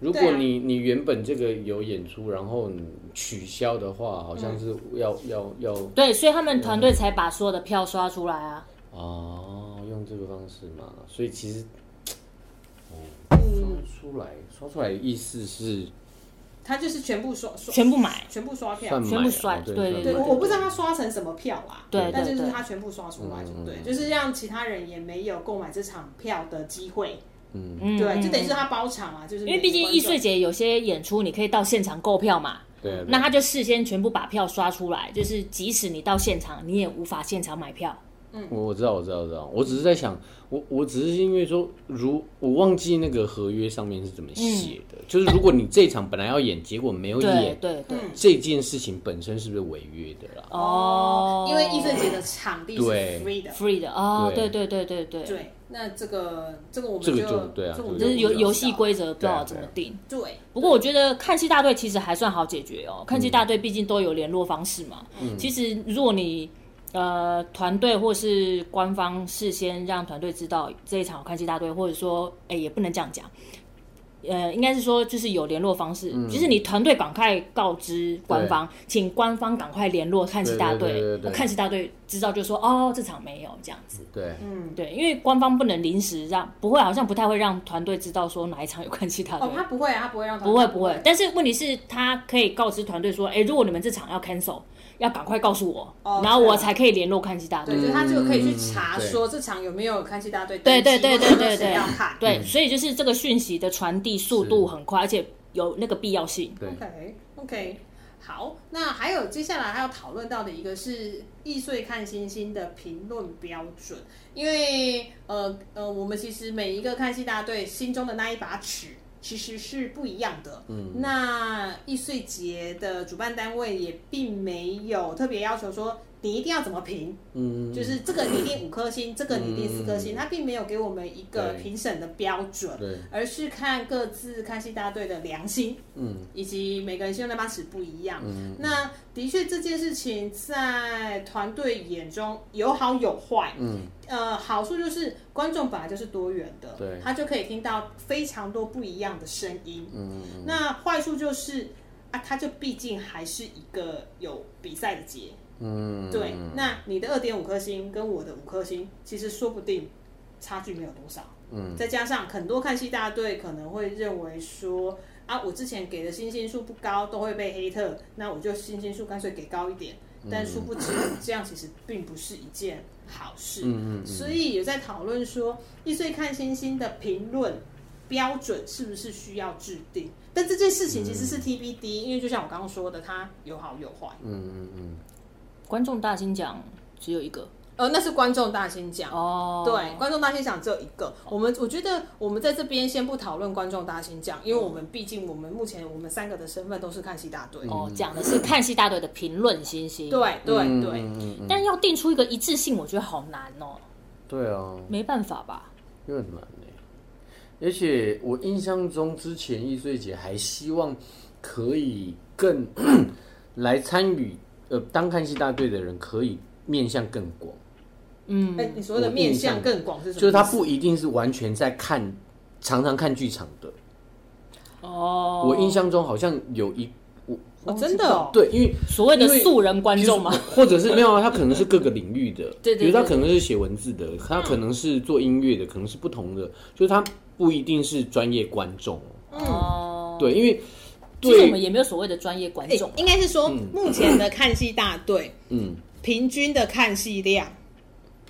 如果对啊你你原本这个有演出，然后你取消的话，好像是要嗯要要对，所以他们团嗯队才把所有的票刷出来啊。哦，用这个方式嘛。所以其实，嗯，嗯，出来说出来的意思是他就是全部刷刷全部买，全部刷票算，全部买了甩哦对算对，买我我了不知道他刷成什么票啦，对但对就是对他全部刷出来就对，嗯就是让其他人也没有购买这场票的机会，嗯，对，就等于嗯是他包场啊，就是因为毕竟每个观众易碎节有些演出，你可以到现场购票嘛。对啊，那他就事先全部把票刷出来，就是即使你到现场，你也无法现场买票。嗯，我我知道，我知道，我知道。我只是在想，我我只是因为说，如我忘记那个合约上面是怎么写的，嗯就是如果你这场本来要演，结果没有对演，对对，这件事情本身是不是违约的啦？哦因为易碎节的场地是对 free 的， free 的哦，对对对对对对，对，那这个这个我们这就个就对啊这个我们这就个是不游知道游戏规则不知对啊道怎么对啊定。对，不过我觉得看戏大队其实还算好解决哦，看戏大队毕竟都有联络方式嘛。嗯其实如果你呃团队或是官方事先让团队知道这一场有看戏大队，或者说哎也不能这样讲。呃，应该是说就是有联络方式，就是你团队赶快告知官方，请官方赶快联络看戏大对对对队对，对那看戏大队知道就说哦这场没有这样子，对，嗯，对，因为官方不能临时让，不会好像不太会让团队知道说哪一场有看戏大队，哦，他不会啊，他不会让不会不会，但是问题是，他可以告知团队说，哎、如果你们这场要 cancel，要赶快告诉我，哦然后我对才可以联络看戏大队对，。就是他就可以去查嗯对说这场有没有看戏大队登对记，或者对对对说对谁对要看，对，嗯所以就是这个讯息的传递速度很快，而且有那个必要性。对 OK OK，好，那还有接下来还要讨论到的一个是易碎看星星的评论标准，因为呃呃，我们其实每一个看戏大队心中的那一把尺。其实是不一样的，嗯，那易碎节的主办单位也并没有特别要求说你一定要怎么评，嗯，就是这个你一定五颗星，这个你一定四颗星，嗯他并没有给我们一个对评审的标准，对，而是看各自看戏大队的良心，嗯，以及每个人心中那把尺不一样。那的确这件事情在团队眼中有好有坏，嗯，呃，好处就是观众本来就是多元的，对他就可以听到非常多不一样的声音，嗯，那坏处就是啊，它就毕竟还是一个有比赛的节，嗯，对，那你的二点五颗星跟我的五颗星，其实说不定差距没有多少。嗯，再加上很多看戏大队可能会认为说，啊，我之前给的星星数不高，都会被黑特，那我就星星数干脆给高一点。但殊不知，这样其实并不是一件好事。嗯嗯所以有在讨论说，易碎看星星的评论标准是不是需要制定？但这件事情其实是 TBD，、因为就像我刚刚说的，它有好有坏。观众大金奖只有一个呃，那是观众大先讲。哦，对，观众大先讲只有一个。我们我觉得我们在这边先不讨论观众大先讲，因为我们毕竟我们目前我们三个的身份都是看戏大队。哦，嗯讲的是看戏大队的评论信息。，对对对，嗯，但要定出一个一致性，我觉得好难哦，对啊，没办法吧？因为很难呢。而且我印象中，之前易碎姐还希望可以更 <clears throat> 来参与，呃，当看戏大队的人可以面向更广，嗯，哎，你所谓的面向更广是什么意思？就是他不一定是完全在看，常常看剧场的。哦，我印象中好像有一，我哦，真的哦，对，因为所谓的因为素人观众嘛， <laughs> 或者是没有啊，他可能是各个领域的， <laughs> 对对比对如他可能是写文字的，他可能是做音乐的，可能是不同的，就是他不一定是专业观众，哦，对，因为其实我们嗯对，也没有所谓的专业观哎众，应该是说目前的看戏大队 <coughs> 嗯平均的看戏量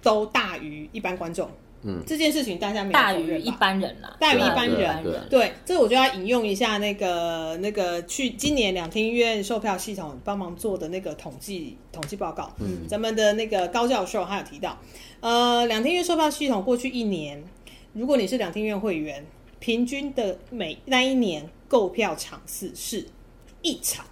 都大于一般观众。嗯，这件事情大家没有大否于认一吧般人啦，大于对啊一般对啊人对啊对，这我就要引用一下那个那个去今年两厅院售票系统帮忙做的那个统计统计报告，嗯，咱们的那个高教授他有提到，呃，两厅院售票系统过去一年，如果你是两厅院会员，平均的每那一年购票场次是一场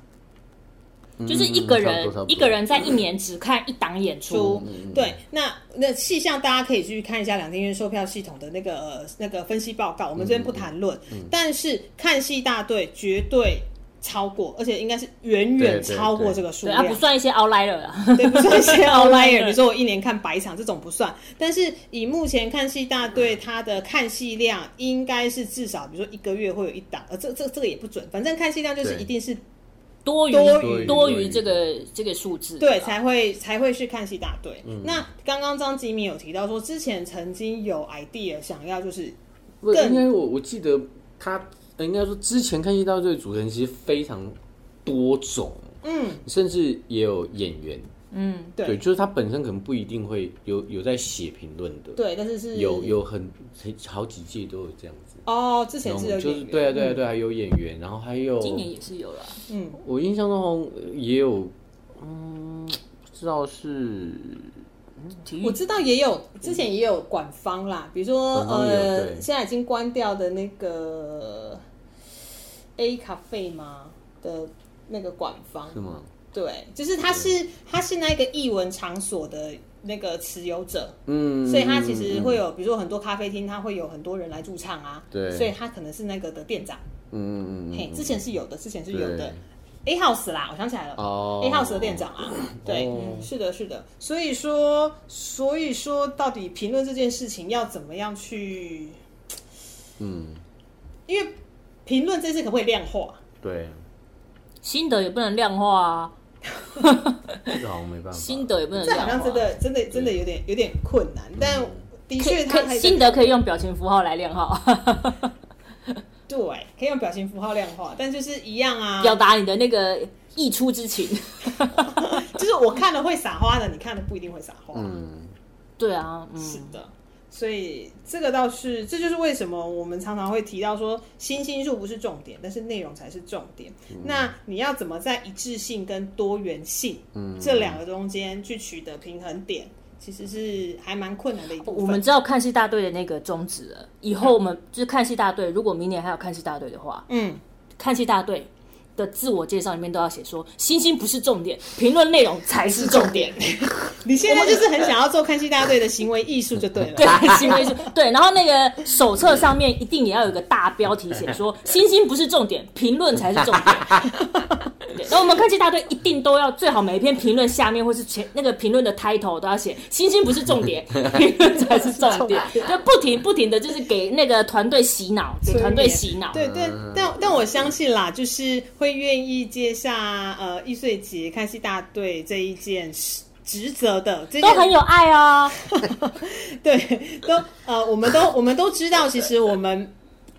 就是一个嗯差不人多差不多一个人在一年只看一档演出出，，对，那那细项大家可以去看一下两厅院售票系统的那个、呃那个分析报告，我们这边不谈论，但是看戏大队绝对超过，而且应该是远远对对超过对这个数对量，啊，不算一些 outlier 啦， <laughs> 对，不算一些 outlier。 outlier 你说我一年看百场这种不算，但是以目前看戏大队它的看戏量，应该是至少比如说一个月会有一档，呃，这这这个也不准，反正看戏量就是对一定是多于多于多多于于这个这个数字，啊对，才会才会去看戏大队。嗯那刚刚张吉米有提到说，之前曾经有 idea 想要就是不更应该我我记得他呃应该说之前看戏大队的主持人其实非常多种，嗯，甚至也有演员，嗯，对对，就是他本身可能不一定会有有在写评论的，对，但是是有有很好几届都有这样子。哦，之前是有就是演员对啊对啊对啊，有演员，然后还有今年也是有了，嗯，我印象中好像也有，嗯，不知道是体我育知道也有，之前也有管方啦，比如说管方也有呃，对现在已经关掉的那个 A 咖啡嘛的那个管方，是吗？对，就是他是他是那个艺文场所的那个持有者，嗯，所以他其实会有，有，比如说很多咖啡厅，他会有很多人来驻唱啊，对所以他可能是那个的店长，嗯嗯嗯嗯，嘿，之前是有的，之前是有的对，A house 啦，我想起来了，哦 A house 的店长啊，对，哦是的，是的。所以说，所以说，到底评论这件事情要怎么样去？嗯，因为评论这事可不可以量化？对，心得也不能量化啊，这个好像没办法，心得也不能这量好像化。啊真的，真的，真的有点有点困难。但嗯的确，可它可还心得可以用表情符号来量化， <laughs> 对，可以用表情符号量化，但就是一样啊。表达你的那个溢出之情。嗯就是我看了会撒花的，你看了不一定会撒花。啊嗯，对啊，是嗯，的。所以这个倒是，这就是为什么我们常常会提到说，星星数不是重点，但是内容才是重点。那你要怎么在一致性跟多元性、这两个中间去取得平衡点，其实是还蛮困难的一部分。我们知道看戏大队的那个宗旨了。以后我们就是看戏大队，如果明年还有看戏大队的话，嗯，看戏大队的自我介绍里面都要写说，星星不是重点，评论内容才是重点。你现在就是很想要做看戏大队的行为艺术就对了。 <laughs> 对，行为是，对。然后那个手册上面一定也要有个大标题写 <laughs> 说，星星不是重点，评论才是重点。对，然后我们看戏大队一定都要最好每一篇评论下面或是前那个评论的 title 都要写“星星不是重 <laughs> 点，评论才是重点”，就不停不停的就是给那个团队洗脑，给团队洗脑。 <laughs> 对对，但但我相信啦，就是会愿意接下呃易碎节看戏大队这一件事职责的，这件都很有爱哦， <laughs> 对，都呃，我们都我们都知道，其实我们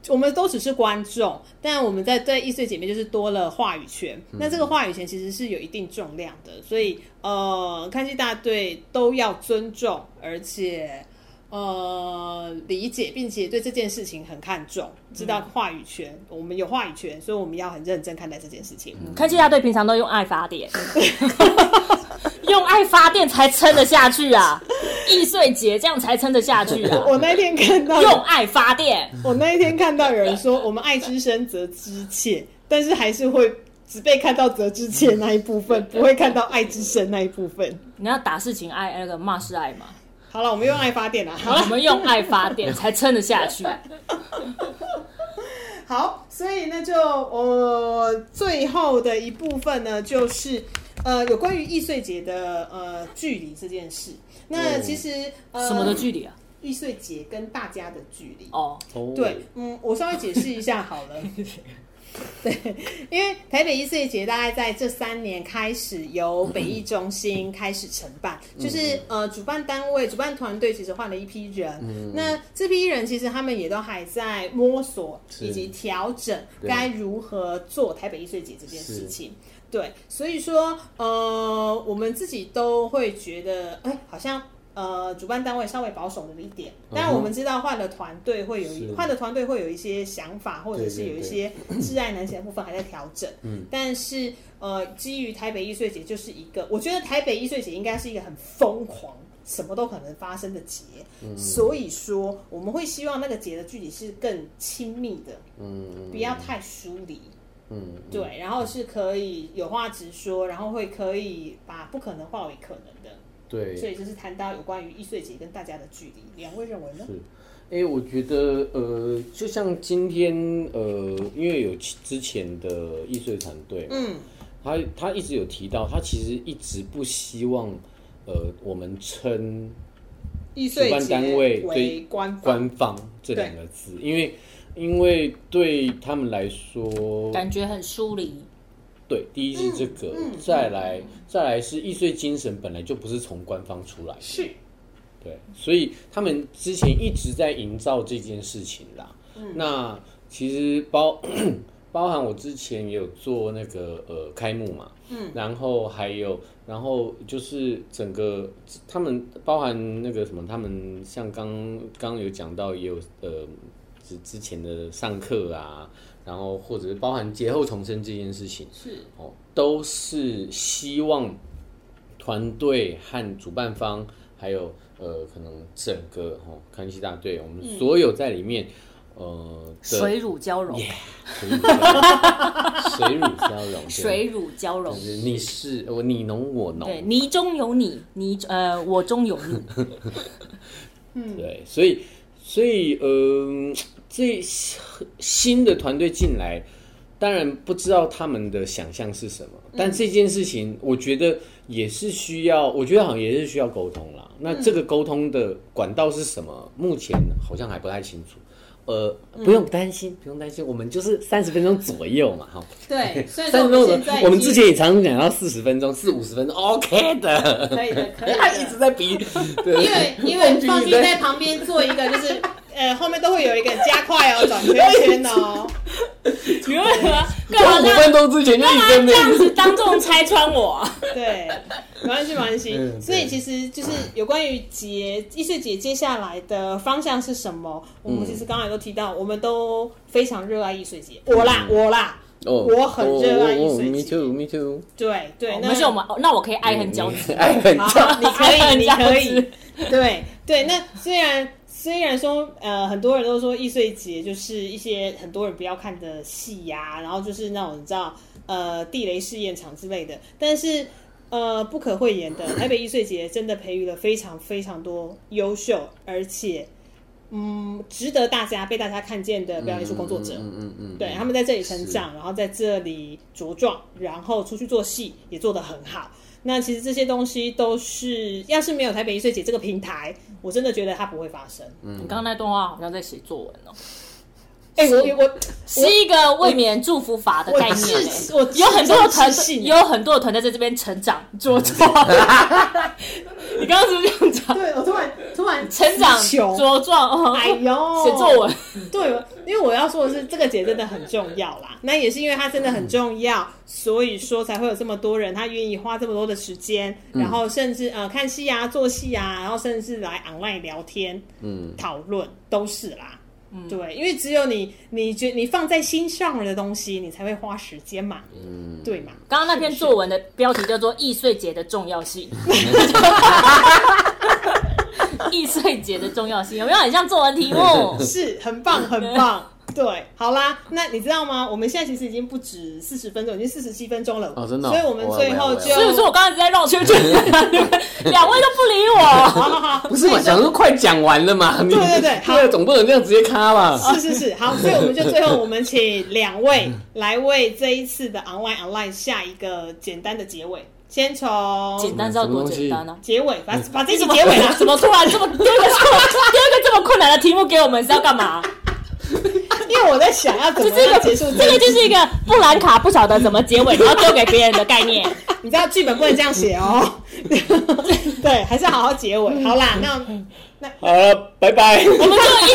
我们都只是观众，但我们在对易碎姐妹就是多了话语权。那这个话语权其实是有一定重量的，所以呃，看戏大队都要尊重，而且呃理解，并且对这件事情很看重，知道话语权，我们有话语权，所以我们要很认真看待这件事情。看戏大队平常都用爱 <laughs> 发电，用爱发电才撑得下去啊！易碎节这样才撑得下去啊！ <laughs> 我那天看到 <laughs> 用爱发电，我那一天看到有人说，我们爱之深则之切，但是还是会只被看到则之切那一部分，不会看到爱之深那一部分。你要打是情爱，那个骂是爱嘛？好了，我们用爱发电啦。好我们用爱发 <laughs> 电才撑得下去。好，所以那就呃最后的一部分呢，就是呃有关于易碎节的呃距离这件事。那其实、呃什么的距离啊？易碎节跟大家的距离哦，哦对，，嗯，我稍微解释一下 <laughs> 好了。对，因为台北一岁节大概在这三年开始由北艺中心开始承办，嗯就是呃，主办单位、主办团队其实换了一批人，嗯那这批人其实他们也都还在摸索是以及调整对该如何做台北一岁节这件事情。对，所以说呃，我们自己都会觉得，哎，好像。呃，主办单位稍微保守了一点，但嗯我哼们知道换了团队会有一是换的团队会有一些想法，或者对是对有一对些挚爱难行的部分还在调整。嗯，但是呃，基于台北易碎节就是一个，我觉得台北易碎节应该是一个很疯狂。什么都可能发生的节，嗯所以说我们会希望那个节的距离是更亲密的，嗯不要太疏离。嗯，对，然后是可以有话直说，然后会可以把不可能化为可能的。对，所以这是谈到有关于易碎节跟大家的距离，两位认为呢？哎、我觉得呃，就像今天呃，因为有其之前的易碎团队，嗯，他他一直有提到，他其实一直不希望呃，我们称易碎主节办单位为对官方官方这两个字，因为因为对他们来说，哦感觉很疏离。对，第一是这个，嗯再来再来是易碎精神本来就不是从官方出来的，是对，所以他们之前一直在营造这件事情啦。那其实包 <clears throat> 包含我之前也有做那个呃开幕嘛，嗯，然后还有然后就是整个他们包含那个什么，他们像刚刚有讲到也有呃之之前的上课啊，然后或者是包含劫后重生这件事情，是哦，都是希望团队和主办方还有呃，可能整个哦，康熙大队，我们所有在里面，呃，的水乳交融，水乳交融，水乳交融，对水乳交就融，是你是我你侬我侬，对，你中有你，你呃，我中有 <laughs> 你，对，所以所以呃，这新的团队进来，当然不知道他们的想象是什么，嗯但这件事情我觉得也是需要，我觉得好像也是需要沟通啦。那这个沟通的管道是什么？目前好像还不太清楚。呃，嗯不用担心，不用担心，我们就是三十分钟左右嘛，哈， <laughs> 对，虽然三说十我们现在已，分钟左右经我们之前也常常讲到四十分钟、四五十分钟，OK 的， <laughs> 可以 <laughs> 的，可以他一的直，在比，对因为因为放 <laughs> 心在旁边做一个就是。呃，后面都会有一个加快哦，转圈圈哦，原来干嘛从五这样？分钟之前就一直在干嘛这那样里。子当众拆穿我 <laughs> 啊？对，没关系，没关系。嗯对所以其实就是有关于节易碎节接下来的方向是什么，我嗯们其实刚才都提到，我们都非常热爱易碎节。我啦，我啦，哦我很热爱易碎，me 节。 too，me too。对对，那哦没事，我们那嗯我可以爱恨交织。 <laughs> 爱恨好，你可 <laughs> 以，你可以这样，对对。那虽然虽然说，呃，很多人都说易碎节就是一些很多人不要看的戏呀、然后就是那种你知道，呃，地雷试验场之类的，但是。呃，不可讳言的，台北易碎节真的培育了非常非常多优秀，而且，嗯，值得大家被大家看见的表演艺术工作者。嗯嗯嗯，对，他们在这里成长，然后在这里茁壮，然后出去做戏也做得很好。那其实这些东西都是，要是没有台北一岁节这个平台，我真的觉得它不会发生。你刚刚那段话好像在写作文哦，哎、我我我是一个未免祝福法的概我念自我欸。有很欸多的团自队，信有很多的团队在这边成长茁 <laughs> 壮。你刚刚是不是这样讲？对我突然突然成长词穷茁壮，哎哦呦，写作文。对，因为我要说的是，这个节真的很重要嗯啦。那也是因为它真的很重要，所以说才会有这么多人，他愿意花这么多的时间，嗯然后甚至呃看戏啊、做戏啊，然后甚至来 online 聊天、嗯，讨论都是啦。对，因为只有你，你觉你放在心上的东西，你才会花时间嘛，嗯，对嘛？刚刚那篇作文的标题叫做《易碎节的重要 <laughs> 性》。易碎节的重要性有没有很像作文题 <laughs> 目？是很棒，很棒。 <laughs> 对，好啦，那你知道吗？我们现在其实已经不止四十分钟，已经四十七分钟了。哦真的哦所以我们哇最后哇哇就所以说我刚刚一直在绕圈圈，两位都不理 <laughs> 我。好好好，不是嘛？想说快讲完了嘛？你对对对好对，啊总不能这样直接卡吧？是是是，好，所以我们就最后我们请两位来为这一次的 online online 下一个简单的结尾，先简从单是要多简单呢、结尾把嗯把这 <laughs> 你集怎么结尾啊啦， <laughs> 怎么突然 <laughs> 这么丢一个这么丢一个这么困难的题目给我们是要干嘛？因为我在想要怎这么是一样个结束这个一就是一个布兰卡不晓得怎么结尾，然后丢给别人的概念。你知道剧本不能这样写哦， <laughs> 对，还是好好结尾。好啦，那好了，拜拜。我们就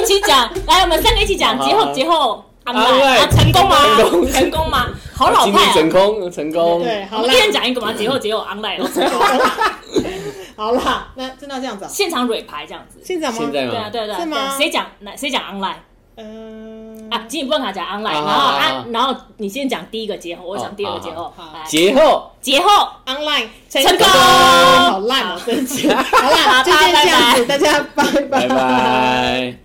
一起讲，来，我们三个一起讲，好节后节后安排安排啊，成功吗成功？成功吗？好老今派天啊成！功，成功。对，我好们啦一，人讲一个嘛，节后节后 online，然后成功好啦，那真的要这样子哦，现场蕊牌这样子。现场吗？现在对啊，吗？对啊对啊是吗对啊，谁讲哪谁讲 online 嗯啊？金宇不能卡讲 online，然啊后啊啊啊，然后你先讲第一个节后，我讲第二个节后好好，来节后，节后。 ，online 成功好烂哦，真的，好啦，就先这样子，大家拜拜拜。